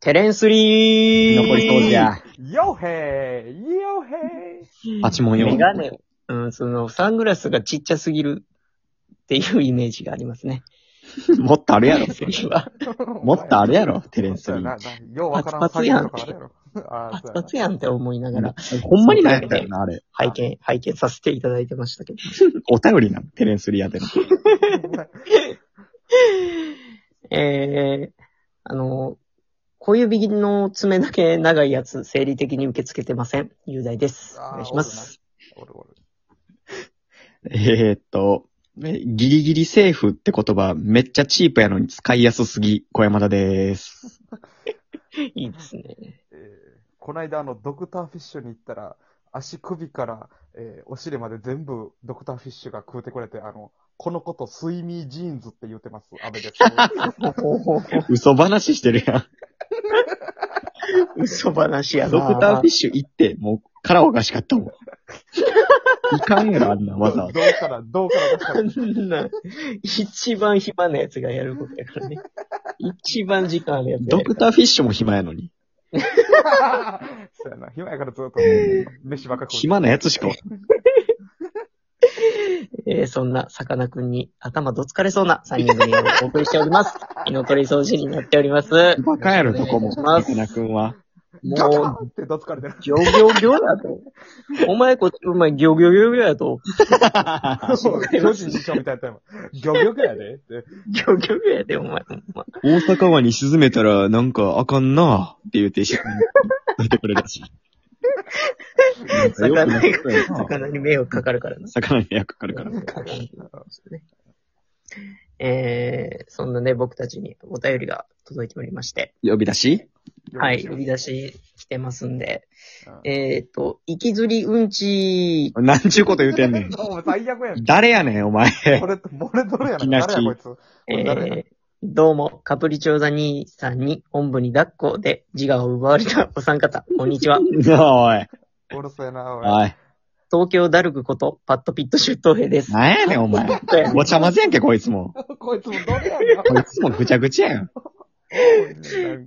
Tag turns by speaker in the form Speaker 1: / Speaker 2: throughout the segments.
Speaker 1: テレンスリー
Speaker 2: 残りそうじゃ。
Speaker 3: ヨヘーヨヘ
Speaker 2: パチモン用
Speaker 1: メガネ、うん、その、サングラスがちっちゃすぎるっていうイメージがありますね。
Speaker 2: もっとあるやろ。
Speaker 1: テレンスリーは。
Speaker 3: ー
Speaker 2: もっとあるやろ、テレンス
Speaker 3: そう
Speaker 2: リ
Speaker 3: やな
Speaker 2: ー。
Speaker 3: なようわからん
Speaker 1: パツパツやん
Speaker 3: 詐欺とかあるやろ。あ
Speaker 1: パ
Speaker 3: ーそ
Speaker 1: ツ
Speaker 3: うや
Speaker 1: パツやんって思いながら、
Speaker 2: ほんまになんやったよな、あれ。
Speaker 1: 拝見、拝見させていただいてましたけど。
Speaker 2: お便りなの、テレンスリーやでの。
Speaker 1: えー、あの、小指の爪だけ長いやつ、生理的に受け付けてません。雄大です。
Speaker 3: あー
Speaker 1: お願いします。
Speaker 3: なおるおる
Speaker 2: えーっと、えギリギリセーフって言葉、めっちゃチープやのに使いやすすぎ、小山田でーす。
Speaker 1: いいですね。
Speaker 3: えーこないだあの、ドクターフィッシュに行ったら、足首から、えーお尻まで全部ドクターフィッシュが食うてくれて、あの、このこと、睡眠ジーンズって言ってます、安倍です。
Speaker 2: 嘘話してるやん。
Speaker 1: 嘘話や
Speaker 2: ド
Speaker 1: な。
Speaker 2: クターフィッシュ行って、もう、からおかしかったもん。いかんやろ、あんな、わざわざ。
Speaker 3: どうから、どうから出し たの
Speaker 1: あんな一番暇なやつがやることやからね。一番時間あるやつが
Speaker 2: ド
Speaker 1: やる
Speaker 2: ク
Speaker 1: から。
Speaker 2: ターフィッシュも暇やのに。
Speaker 3: そうやな、暇やからずっと、飯ばっか食う。
Speaker 2: 暇なやつしかおらん
Speaker 1: えーそんな、さかなクンに頭どつかれそうな3人組をお送りしております。居残り掃除になっております。
Speaker 2: バカやろ、どこも。
Speaker 1: お願いし
Speaker 2: なくんは。
Speaker 3: ガキャ
Speaker 1: もう、
Speaker 3: ンってどつかれてる。
Speaker 1: ギョギョギョだと。お前こっち、お前ギョギョギョギョやと。
Speaker 3: そう、巨人師匠みたいなタイム。ギョギョギョやでって。
Speaker 1: ギョギョギョやで、お前。ほんま
Speaker 2: 大阪湾に沈めたら、なんか、あかんなぁって言うて、沈めてくれるらしい。なんかよくなかったよな
Speaker 1: 魚に迷惑かかるからな。
Speaker 2: 魚に迷惑かかるから。
Speaker 1: えー、そんなね、僕たちにお便りが届いておりまして。
Speaker 2: 呼び出し
Speaker 1: はい、売り出し来てますんで。
Speaker 3: え、
Speaker 1: えっ、と、行きずりうんち、
Speaker 2: なんちゅうこと言うてんねん。
Speaker 3: お前最悪やん。
Speaker 2: 誰やねん、お前。
Speaker 3: これ、漏れとるや
Speaker 2: いきなし
Speaker 3: な。誰やこいつ。
Speaker 1: え
Speaker 3: れ誰や
Speaker 1: ーどうも、カプリチョーザ兄さんに、本部に抱っこで自我を奪われたお三 方、こんにちは。
Speaker 2: おい。
Speaker 3: うるせえな、おい。
Speaker 2: おい。
Speaker 1: 東京ダルクこと、パッドピット出頭兵です。
Speaker 2: なんやねん、お前。ごちゃ混ぜやんけ、こいつも。
Speaker 3: こいつもどれやねん。
Speaker 2: こいつもぐちゃぐちゃやん。
Speaker 3: なんか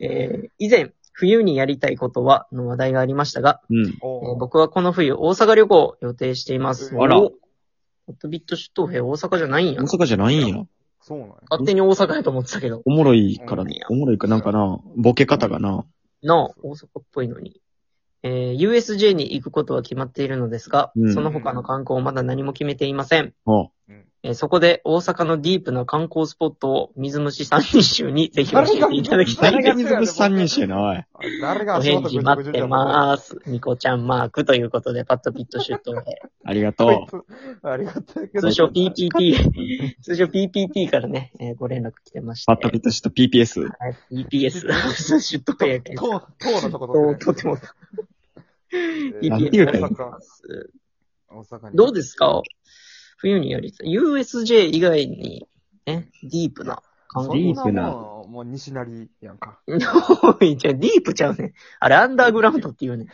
Speaker 1: えー以前、冬にやりたいことは、の話題がありましたが、
Speaker 2: うん。
Speaker 1: えー
Speaker 3: おう
Speaker 1: 僕はこの冬、大阪旅行を予定しています。
Speaker 2: あら
Speaker 1: おパッドピット出頭兵大阪じゃないんやな。
Speaker 2: 大阪じゃないんや。
Speaker 3: そうなんや。
Speaker 1: 勝手に大阪やと思ってたけど。
Speaker 2: おもろいから、おもろいかなんかな、ボケ方がな。
Speaker 1: なあ、大阪っぽいのに。えー USJ に行くことは決まっているのですが、
Speaker 2: うん
Speaker 1: その他の観光をまだ何も決めていません。
Speaker 2: おう
Speaker 1: えーそこで大阪のディープな観光スポットを水虫三人衆にぜひ教えていただきたい
Speaker 2: 誰
Speaker 1: で
Speaker 2: が
Speaker 1: す。
Speaker 2: 水口三人してな、おい。
Speaker 3: あ誰が
Speaker 1: お
Speaker 3: 足
Speaker 1: 返
Speaker 3: 元
Speaker 1: 事
Speaker 3: ぐちゃ
Speaker 1: 待
Speaker 3: ぐ
Speaker 1: っ
Speaker 3: ちゃじ
Speaker 1: て
Speaker 3: ゃん。
Speaker 1: まーす。ニコちゃんマークということで、パッドピットシュートで。
Speaker 2: ありがと
Speaker 3: こ
Speaker 2: う
Speaker 3: い。つありがたいけど。
Speaker 1: 通称 PPT、通 称 PPT からね、えーご連絡来てまして。
Speaker 2: パッドピットシュート PPS。
Speaker 1: はい PPS、シュートペアけど
Speaker 3: とう、とうのとこ
Speaker 1: と、と
Speaker 3: と
Speaker 1: ても、
Speaker 3: えー
Speaker 2: なんて言うたらいい
Speaker 3: 大阪、大阪に。
Speaker 1: どうですか冬にやりたい。USJ 以外に、ね、ディープな観
Speaker 3: そ
Speaker 1: 光。
Speaker 2: ディ
Speaker 3: ん
Speaker 2: ープな
Speaker 3: なもんもう西成やんか。
Speaker 1: お いじゃあディープちゃうねん。あれ、アンダーグラウンドってい うねん。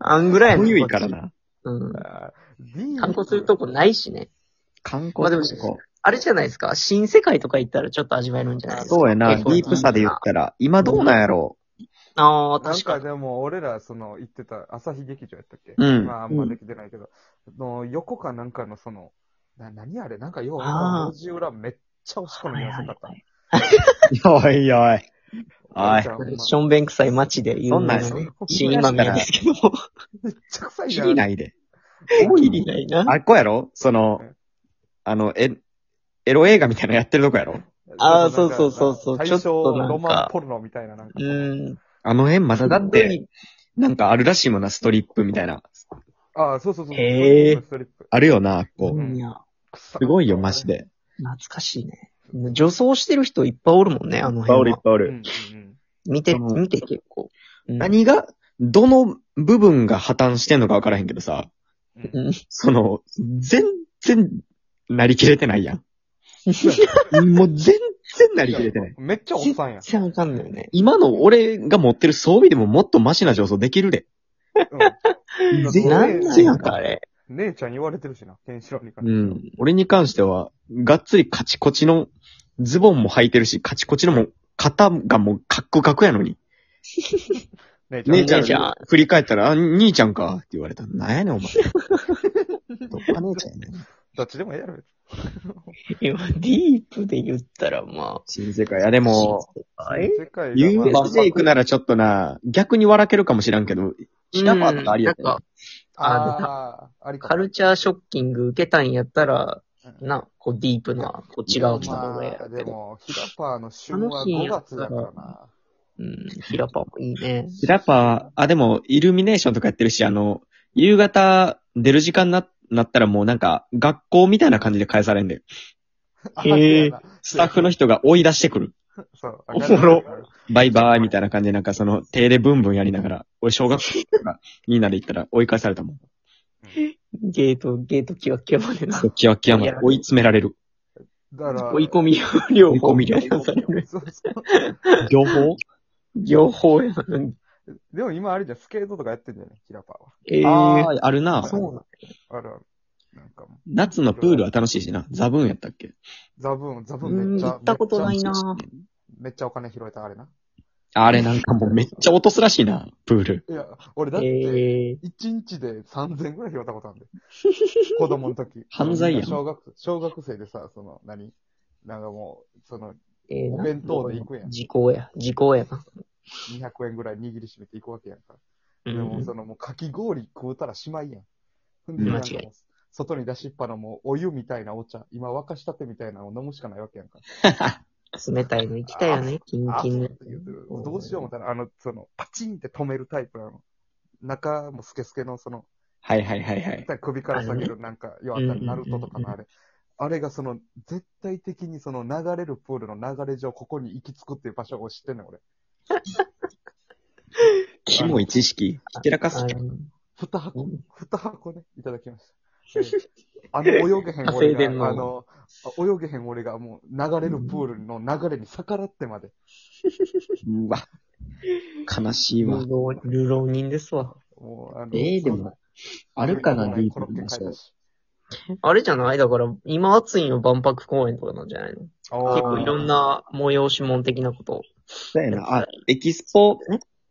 Speaker 1: あんぐらいやねん
Speaker 2: 冬いから。な。
Speaker 1: うん。
Speaker 3: あーディープ
Speaker 1: 観光するとこないしね。
Speaker 2: 観
Speaker 1: まあ
Speaker 2: 光
Speaker 1: でも
Speaker 2: とこ。
Speaker 1: あれじゃないですか。新世界とか行ったらちょっと味わえるんじゃないですか。
Speaker 2: そうやな、デ
Speaker 1: 結構
Speaker 2: ィープさで言ったら、今どうなんやろ
Speaker 1: ああ、
Speaker 3: なん
Speaker 1: 確か
Speaker 3: か
Speaker 1: に。
Speaker 3: でも、俺ら、その、行ってた、朝日劇場やったっけ
Speaker 2: うん
Speaker 3: まあ、あんまできてないけど、の横かなんかの、その、な、何あれなんか、よう、
Speaker 1: あー
Speaker 3: 路地裏めっちゃおしっこの匂いすんかった。
Speaker 2: う。 おいおい。おい
Speaker 3: じゃあほんま
Speaker 1: ションベン臭い街で有名な
Speaker 2: そん
Speaker 1: ね
Speaker 3: なん
Speaker 1: シーンマミアですけど。
Speaker 3: めっちゃ臭い
Speaker 2: 切
Speaker 3: じゃ
Speaker 2: り
Speaker 3: ん。
Speaker 2: ないで。
Speaker 1: きりないな。
Speaker 2: あっこやろその、あの、え、エロ映画みたいなのやってるとこやろ
Speaker 1: あーそうそうそうそう
Speaker 3: なん
Speaker 1: ちょ
Speaker 3: か
Speaker 1: っとなんか
Speaker 3: 大正ロマンポルノみたいな、なんか。
Speaker 1: うん。
Speaker 2: あの辺まだだっ
Speaker 1: 本当
Speaker 2: て、
Speaker 1: に
Speaker 2: なんかあるらしいもんな、ストリップみたいな。
Speaker 3: ああ、そうそうそう。
Speaker 1: へー
Speaker 3: ストリップ。
Speaker 2: あるよな、あっこ。
Speaker 1: いや、
Speaker 2: すごいよ、マジで。
Speaker 1: 懐かしいね。女装してる人いっぱいおるもんね、あの辺は。
Speaker 2: ぱいお
Speaker 3: うん。うんうん。
Speaker 1: 見て、
Speaker 2: その
Speaker 1: 見て結構。うん
Speaker 2: 何が、どの部分が破綻してんのかわからへんけどさ、
Speaker 3: うん
Speaker 1: うん
Speaker 2: その、全然、なりきれてないやん。もう全然なりきれてない。
Speaker 3: めっちゃおっさんやん。
Speaker 1: 全然わかんないよね。
Speaker 2: 今の俺が持ってる装備でももっとマシな上層できるで。
Speaker 3: うん
Speaker 2: 全
Speaker 1: なんなんやんか、あれ。
Speaker 3: 姉ちゃんに言われてるしな、ケンシロウにから。
Speaker 2: うん。俺に関しては、がっつりカチコチの、ズボンも履いてるし、カチコチのも肩がもうカックカクやのに。
Speaker 3: 姉ちゃん。
Speaker 2: 姉ちゃ
Speaker 1: 姉ちゃ
Speaker 2: ん、振り返ったら、あ、兄ちゃんかって言われた。なんやねん、お前。 どっか姉ちゃんやねん。
Speaker 3: どっちでもええやろ。
Speaker 1: 今、ディープで言ったら、まあ。
Speaker 2: 新世界。いや、でも、
Speaker 1: あえ
Speaker 3: 世界が、まあ
Speaker 2: USJ 行くならちょっとな、逆に笑けるかもしらんけど、平川とかありやった
Speaker 1: なん
Speaker 2: よ
Speaker 1: か、
Speaker 3: ああ、ありかも
Speaker 1: カルチャーショッキング受けたんやったら、
Speaker 3: うん
Speaker 1: な、こう、ディープな、こう、違う人の方がええや
Speaker 3: まあ
Speaker 1: け
Speaker 3: で
Speaker 1: ど。
Speaker 3: も、ヒラパーの旬は5月だからな。
Speaker 1: うん、ヒラパもいいね。
Speaker 2: 平川、あ、でも、イルミネーションとかやってるし、あの、夕方出る時間な、なったらもうなんか、学校みたいな感じで返されんで、
Speaker 1: 日へえ
Speaker 3: あ
Speaker 2: スタッフの人が追い出してくる。
Speaker 3: そう。
Speaker 2: おもろバイバーイみたいな感じで、なんかその、手でブンブンやりながら、俺小学校とか、みんなで行ったら追い返されたもん。
Speaker 1: ゲート、ゲートキワキワまでな。
Speaker 2: キワキワまで追い詰められる。
Speaker 3: だから、
Speaker 1: 追い込み両方。
Speaker 2: 追い込み両
Speaker 1: される。
Speaker 3: そうそう
Speaker 2: 両方
Speaker 1: 両方やな。
Speaker 3: でも今あれじゃん、スケートとかやってんじゃねヒラパーは。
Speaker 1: ええ
Speaker 2: ああ、あるな。
Speaker 1: そうなんや
Speaker 3: あるある。なんかもう、
Speaker 2: 夏のプールは楽しいしな。ザブーンやったっけ
Speaker 3: ザブーン、ザブー
Speaker 1: う
Speaker 3: ンめ
Speaker 1: ん、
Speaker 3: っちゃ。
Speaker 1: 行ったことないな。
Speaker 3: めっちゃお金拾えたあれな。
Speaker 2: あれなんかもうめっちゃ落とすらしいな、プ ール。
Speaker 3: いや、俺だって、
Speaker 1: ええ
Speaker 3: 1日で3000ぐらい拾ったことあるんで。子供の時。
Speaker 2: 犯罪やん
Speaker 3: 小学、小学生でさ、その、何なんかもう、その、
Speaker 1: ええな
Speaker 3: お弁当で行くやん
Speaker 1: 時効や。時効やな。
Speaker 3: 200円ぐらい握りしめていくわけやんか。
Speaker 1: う
Speaker 3: でも、
Speaker 1: ん。
Speaker 3: その、もう、かき氷食うたらしまいやん。ほん
Speaker 2: うん
Speaker 3: で、なんか
Speaker 1: 間違い
Speaker 3: もう、外に出しっぱのもう、お湯みたいなお茶、今、沸かしたてみたいなのを飲むしかないわけやんか。
Speaker 1: 冷たいの行きたいよね。キン
Speaker 3: あ
Speaker 1: キ
Speaker 3: そ
Speaker 1: ン
Speaker 3: う
Speaker 1: の
Speaker 3: 言う。てるどうしよう
Speaker 1: う
Speaker 3: みたいな、あの、その、パチンって止めるタイプなの。中もスケスケの、その、
Speaker 2: はいはいはいはい。
Speaker 3: 首から下げる、なんか、要は、
Speaker 1: うんうんうんうん
Speaker 3: ナルトとかのあれ。あれが、その、絶対的に、その、流れるプールの流れ上、ここに行き着くっていう場所を知ってんねん、俺。
Speaker 2: キモい知識。ひけらかす
Speaker 1: あ。
Speaker 3: 二箱
Speaker 1: うん、
Speaker 3: 二箱ね、いただきました。えーあの、泳げへん俺
Speaker 1: 稼いでんの
Speaker 3: が、あの、泳げへん俺がもう流れるプールの流れに逆らってまで。
Speaker 2: うわ。悲しい
Speaker 1: 流
Speaker 2: わ。
Speaker 1: 浪、 流浪人ですわ。
Speaker 3: もう、あの、
Speaker 2: ええでも、あるかな、デ
Speaker 3: リ
Speaker 2: ィー
Speaker 3: コロ
Speaker 2: プ
Speaker 3: ッケ
Speaker 2: な
Speaker 3: 買
Speaker 2: 場所。
Speaker 3: い出し。
Speaker 1: あれじゃないだから、今暑いの万博公園とかなんじゃないの
Speaker 3: 結
Speaker 1: 結構いろん。な催し物的なことを。
Speaker 2: そうやな。あ、エキスポ、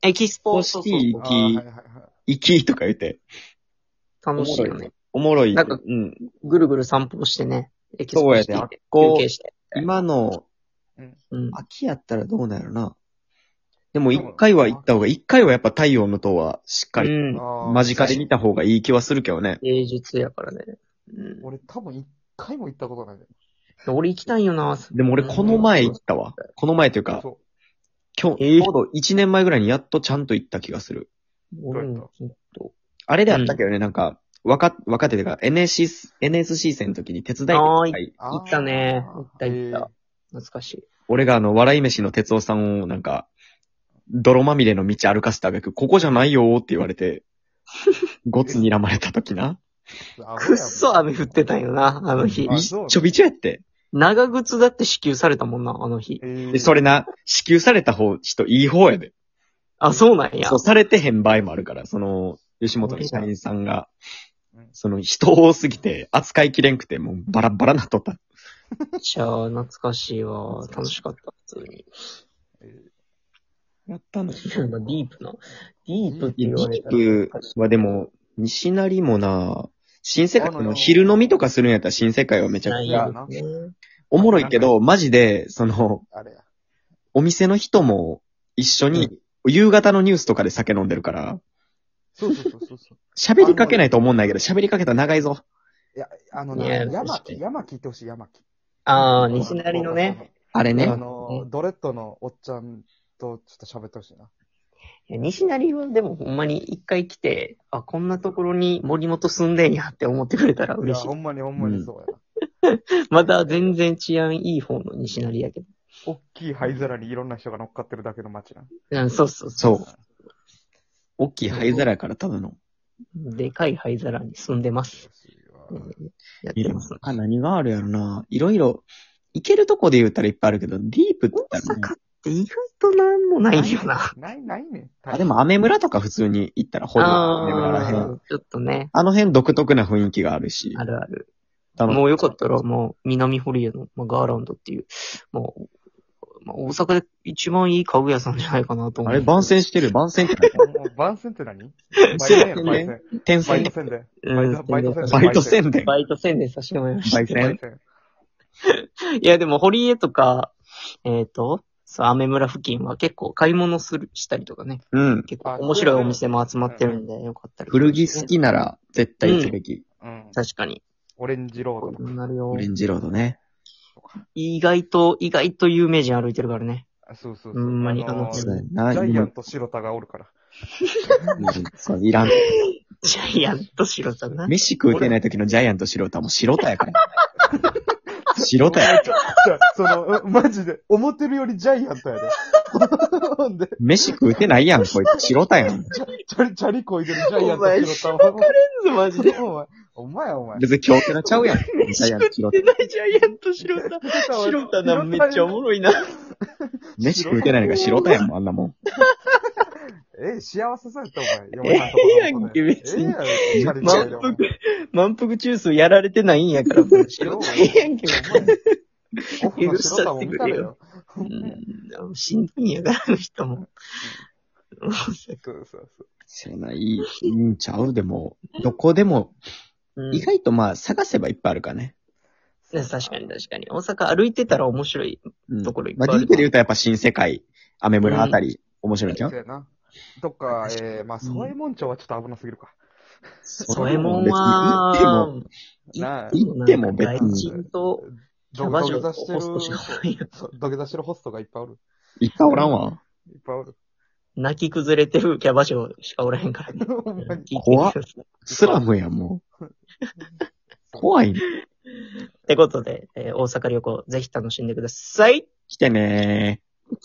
Speaker 1: エキスポ
Speaker 2: シ
Speaker 1: シ
Speaker 2: テ
Speaker 1: テ
Speaker 2: ィ
Speaker 1: ィ
Speaker 2: 行
Speaker 3: あーはい
Speaker 2: き
Speaker 3: はい、はい
Speaker 2: 行きとか言って。
Speaker 1: 楽しいよね。
Speaker 2: おもろい。
Speaker 1: なんか
Speaker 2: うん。
Speaker 1: ぐるぐる散歩してね。エキス
Speaker 2: そう
Speaker 1: ポ
Speaker 2: や
Speaker 1: シ
Speaker 2: で
Speaker 1: ティで
Speaker 2: あっこ
Speaker 1: 休憩して。
Speaker 2: 今の
Speaker 1: うん。
Speaker 2: 秋やったらどうなんやろな。でも一回は行った方が、一回はやっぱ太陽の塔はしっかり、
Speaker 1: うん
Speaker 3: あー
Speaker 2: 間近で見た方がいい気はするけどね。
Speaker 1: 芸術やからね。うん。
Speaker 3: 俺多分一回も行ったことないね。
Speaker 1: 俺行きたいよな。
Speaker 2: でも俺この前行ったわ。この前というか、
Speaker 3: そ
Speaker 2: 今日、
Speaker 1: えー
Speaker 2: ちょうど1年前ぐらいにやっとちゃんと行った気がする。
Speaker 1: 俺
Speaker 3: どうや
Speaker 1: も
Speaker 3: っ
Speaker 2: あれであったけどね、なんか、若、若手というか、NSC、NSC 生の時に手伝いで
Speaker 1: あー
Speaker 2: 一回
Speaker 3: う。あー
Speaker 1: 行ったね行った行った。懐かしい。
Speaker 2: 俺があの、笑い飯の哲夫さんをなんか、泥まみれの道歩かせてあげく、ここじゃないよーって言わ れて、ゴツ睨まれた時な。
Speaker 3: えー
Speaker 1: くっそ雨降ってたんよな、あの日
Speaker 3: あ。
Speaker 2: びっちょびちょやって。
Speaker 1: 長靴だって支給されたもんな、あの日。
Speaker 2: で、それ
Speaker 3: れ。
Speaker 2: な、支給された方、人いい方やで。
Speaker 1: あ、そうなんや
Speaker 2: そう、。されてへん場合もあるから、その、吉本の社員さんが
Speaker 3: うん、
Speaker 2: その人多すぎて扱いきれんくて、もうバラッバラなっとった。
Speaker 1: めっちゃ懐かしいわ。楽しかった、普通に。
Speaker 2: やったんだ
Speaker 1: まあディープな。ディープって
Speaker 2: デ
Speaker 1: 言われ
Speaker 2: ィ
Speaker 1: た
Speaker 2: ー
Speaker 1: ら。
Speaker 2: プはでも、西成もな、新世界の昼飲みとかするんやったら新世界はめちゃ
Speaker 1: な
Speaker 2: く
Speaker 1: い
Speaker 2: ちゃ
Speaker 1: よね。
Speaker 2: おもろいけど、マジで、その、
Speaker 3: あれや。
Speaker 2: お店の人も一緒に、夕方のニュースとかで酒飲んでるから、
Speaker 3: そうそうそうそうそう。
Speaker 2: 喋りかけないと思うんだけど、喋りかけたら長いぞ。
Speaker 3: いや、あの
Speaker 1: い
Speaker 3: ね
Speaker 1: や、
Speaker 3: 山
Speaker 1: 確か
Speaker 3: 木、
Speaker 1: に
Speaker 3: 山木行ってほしい、山木。
Speaker 1: ああ、西成のね。。
Speaker 2: あれ
Speaker 3: あ
Speaker 2: ね。
Speaker 3: の、ドレッドのおっちゃんとちょっと喋ってほしいな。
Speaker 1: いや西成はでもほんまに一回来て、あ、こんなところに森本住んでんやって思ってくれたら
Speaker 3: いや、
Speaker 1: 嬉しい
Speaker 3: ほ。んまにほんまにそうやな。
Speaker 1: まだ全然治安いい方の西成やけど。
Speaker 3: おっきい灰皿にいろんな人が乗っかってるだけの街な。
Speaker 1: うん、そうそうそ
Speaker 2: そう。大きい灰皿やから、ただの。
Speaker 1: う。でかい灰皿に住んでます。うんやってます。
Speaker 2: あ、何があるやろな。いろいろ、行けるとこで言ったらいっぱいあるけど、ディープって言った
Speaker 1: 大
Speaker 2: らね、
Speaker 1: 阪って意外となんもないよな。
Speaker 3: ない、ないねん。
Speaker 2: あ、でも、アメ村とか普通に行ったら、ほぼ、アメ村らへ
Speaker 1: あ
Speaker 2: ん。
Speaker 1: あ、ちょっとね、
Speaker 2: あの辺独特な雰囲気があるし、
Speaker 1: あるある。
Speaker 2: 楽しい
Speaker 1: もうよかったら、もう、南堀江の、まあ、ガーランドっていう、もう、まあ、大阪で一番いい家具屋さんじゃないかなと思
Speaker 2: あ
Speaker 1: う。
Speaker 2: れ、番宣してる、番宣って ない
Speaker 3: 番宣って何
Speaker 2: 宣伝
Speaker 3: バイト
Speaker 2: 天
Speaker 3: 宣
Speaker 2: 才
Speaker 3: バイト。宣
Speaker 1: う
Speaker 3: 伝。
Speaker 1: ん
Speaker 3: バイト宣
Speaker 2: バイト宣伝。
Speaker 1: バイト宣伝させてもらいました。
Speaker 2: バイ
Speaker 3: バイ
Speaker 2: 宣
Speaker 3: ト宣伝
Speaker 1: いや、でも、堀江とか、えっ、と、そう、雨村付近は結構買い物する、したりとかね、
Speaker 2: うん。
Speaker 1: 結構面白いお店も集まってるんで、よかったり、
Speaker 2: 古着好。きなら、絶対行くべき。
Speaker 3: うん。
Speaker 1: 確かに。
Speaker 3: オレンジロードと
Speaker 1: こう
Speaker 3: か。
Speaker 1: なるよ
Speaker 2: オレ。ンジロードね。
Speaker 1: 意外と、意外と有名人歩いてるからね。
Speaker 3: あそうそうそう。
Speaker 1: ほんまに
Speaker 3: あの
Speaker 1: あの
Speaker 2: そうや
Speaker 3: ジ
Speaker 2: な、
Speaker 3: ャイアンと白田がおるから。
Speaker 2: 今そういら ん。
Speaker 1: ジャイアント白さんな。
Speaker 2: 飯食うてない時のジャイアンと白田も白田やから。白田や。
Speaker 3: じゃあその、うマジで、思ってるよりジャイアントやで。ほんで、
Speaker 2: 飯食うてないやん、こいつ。白田やん。
Speaker 3: チャリ、チャリこいでるジャイアン
Speaker 1: お前
Speaker 3: ト白田を。
Speaker 1: マジで。
Speaker 3: お前、お前、お前。
Speaker 2: 別に京セラちゃうやん。ジャイアンと白田。
Speaker 1: ない ジャイアント白田。白田な、めっちゃおもろいな。
Speaker 2: 飯食うてないのが白田やんもん、あんなもん。
Speaker 3: え、幸せそうやった、お
Speaker 1: ええや
Speaker 3: 前。
Speaker 1: んけ別に
Speaker 3: ええやんけ、チャリ
Speaker 1: 満
Speaker 3: で。
Speaker 1: 腹、 満腹中枢やられてないんやから、もう白田ええやんけ、お前
Speaker 3: オフの白田も見たれよ。ほんまや
Speaker 1: うん、しんどいんやから、あの人も。
Speaker 3: そうそうそう。
Speaker 2: せやな、いい、いいんちゃうでも、どこでも、
Speaker 1: うん
Speaker 2: 意外とまあ、探せばいっぱいあるからね。
Speaker 1: ね確かに確かに。大阪歩いてたら面白い。
Speaker 2: うん。
Speaker 1: ところいっぱ
Speaker 2: ま
Speaker 1: いあ
Speaker 2: あ、
Speaker 1: る
Speaker 2: ディープで言うとやっぱ新世界、アメ村あたり、面白いんちゃ
Speaker 3: そううやな。どっか、えー、まあ、
Speaker 1: うん
Speaker 3: 宗右衛門町はちょっと危なすぎるか。
Speaker 1: 添えもんは、
Speaker 3: なあ
Speaker 2: 別に行っても、行っても別
Speaker 1: 外
Speaker 2: に、
Speaker 1: 人とキ
Speaker 3: 土
Speaker 1: ャバ
Speaker 3: 土
Speaker 1: 嬢
Speaker 3: 下
Speaker 1: と
Speaker 3: 座して
Speaker 1: ホ
Speaker 3: る
Speaker 1: ストしかおらんやん。
Speaker 3: そう、土下座してるホストがいっぱいおる。
Speaker 2: いっぱいおらんわ。
Speaker 3: いっぱいおる。
Speaker 1: 泣き崩れてるキャバ嬢しかおらへんからね。
Speaker 3: ほん まに。
Speaker 2: 怖っスラムやん、もう。怖いね。
Speaker 1: ってことで、えー大阪旅行ぜひ楽しんでください。
Speaker 2: 来てねー。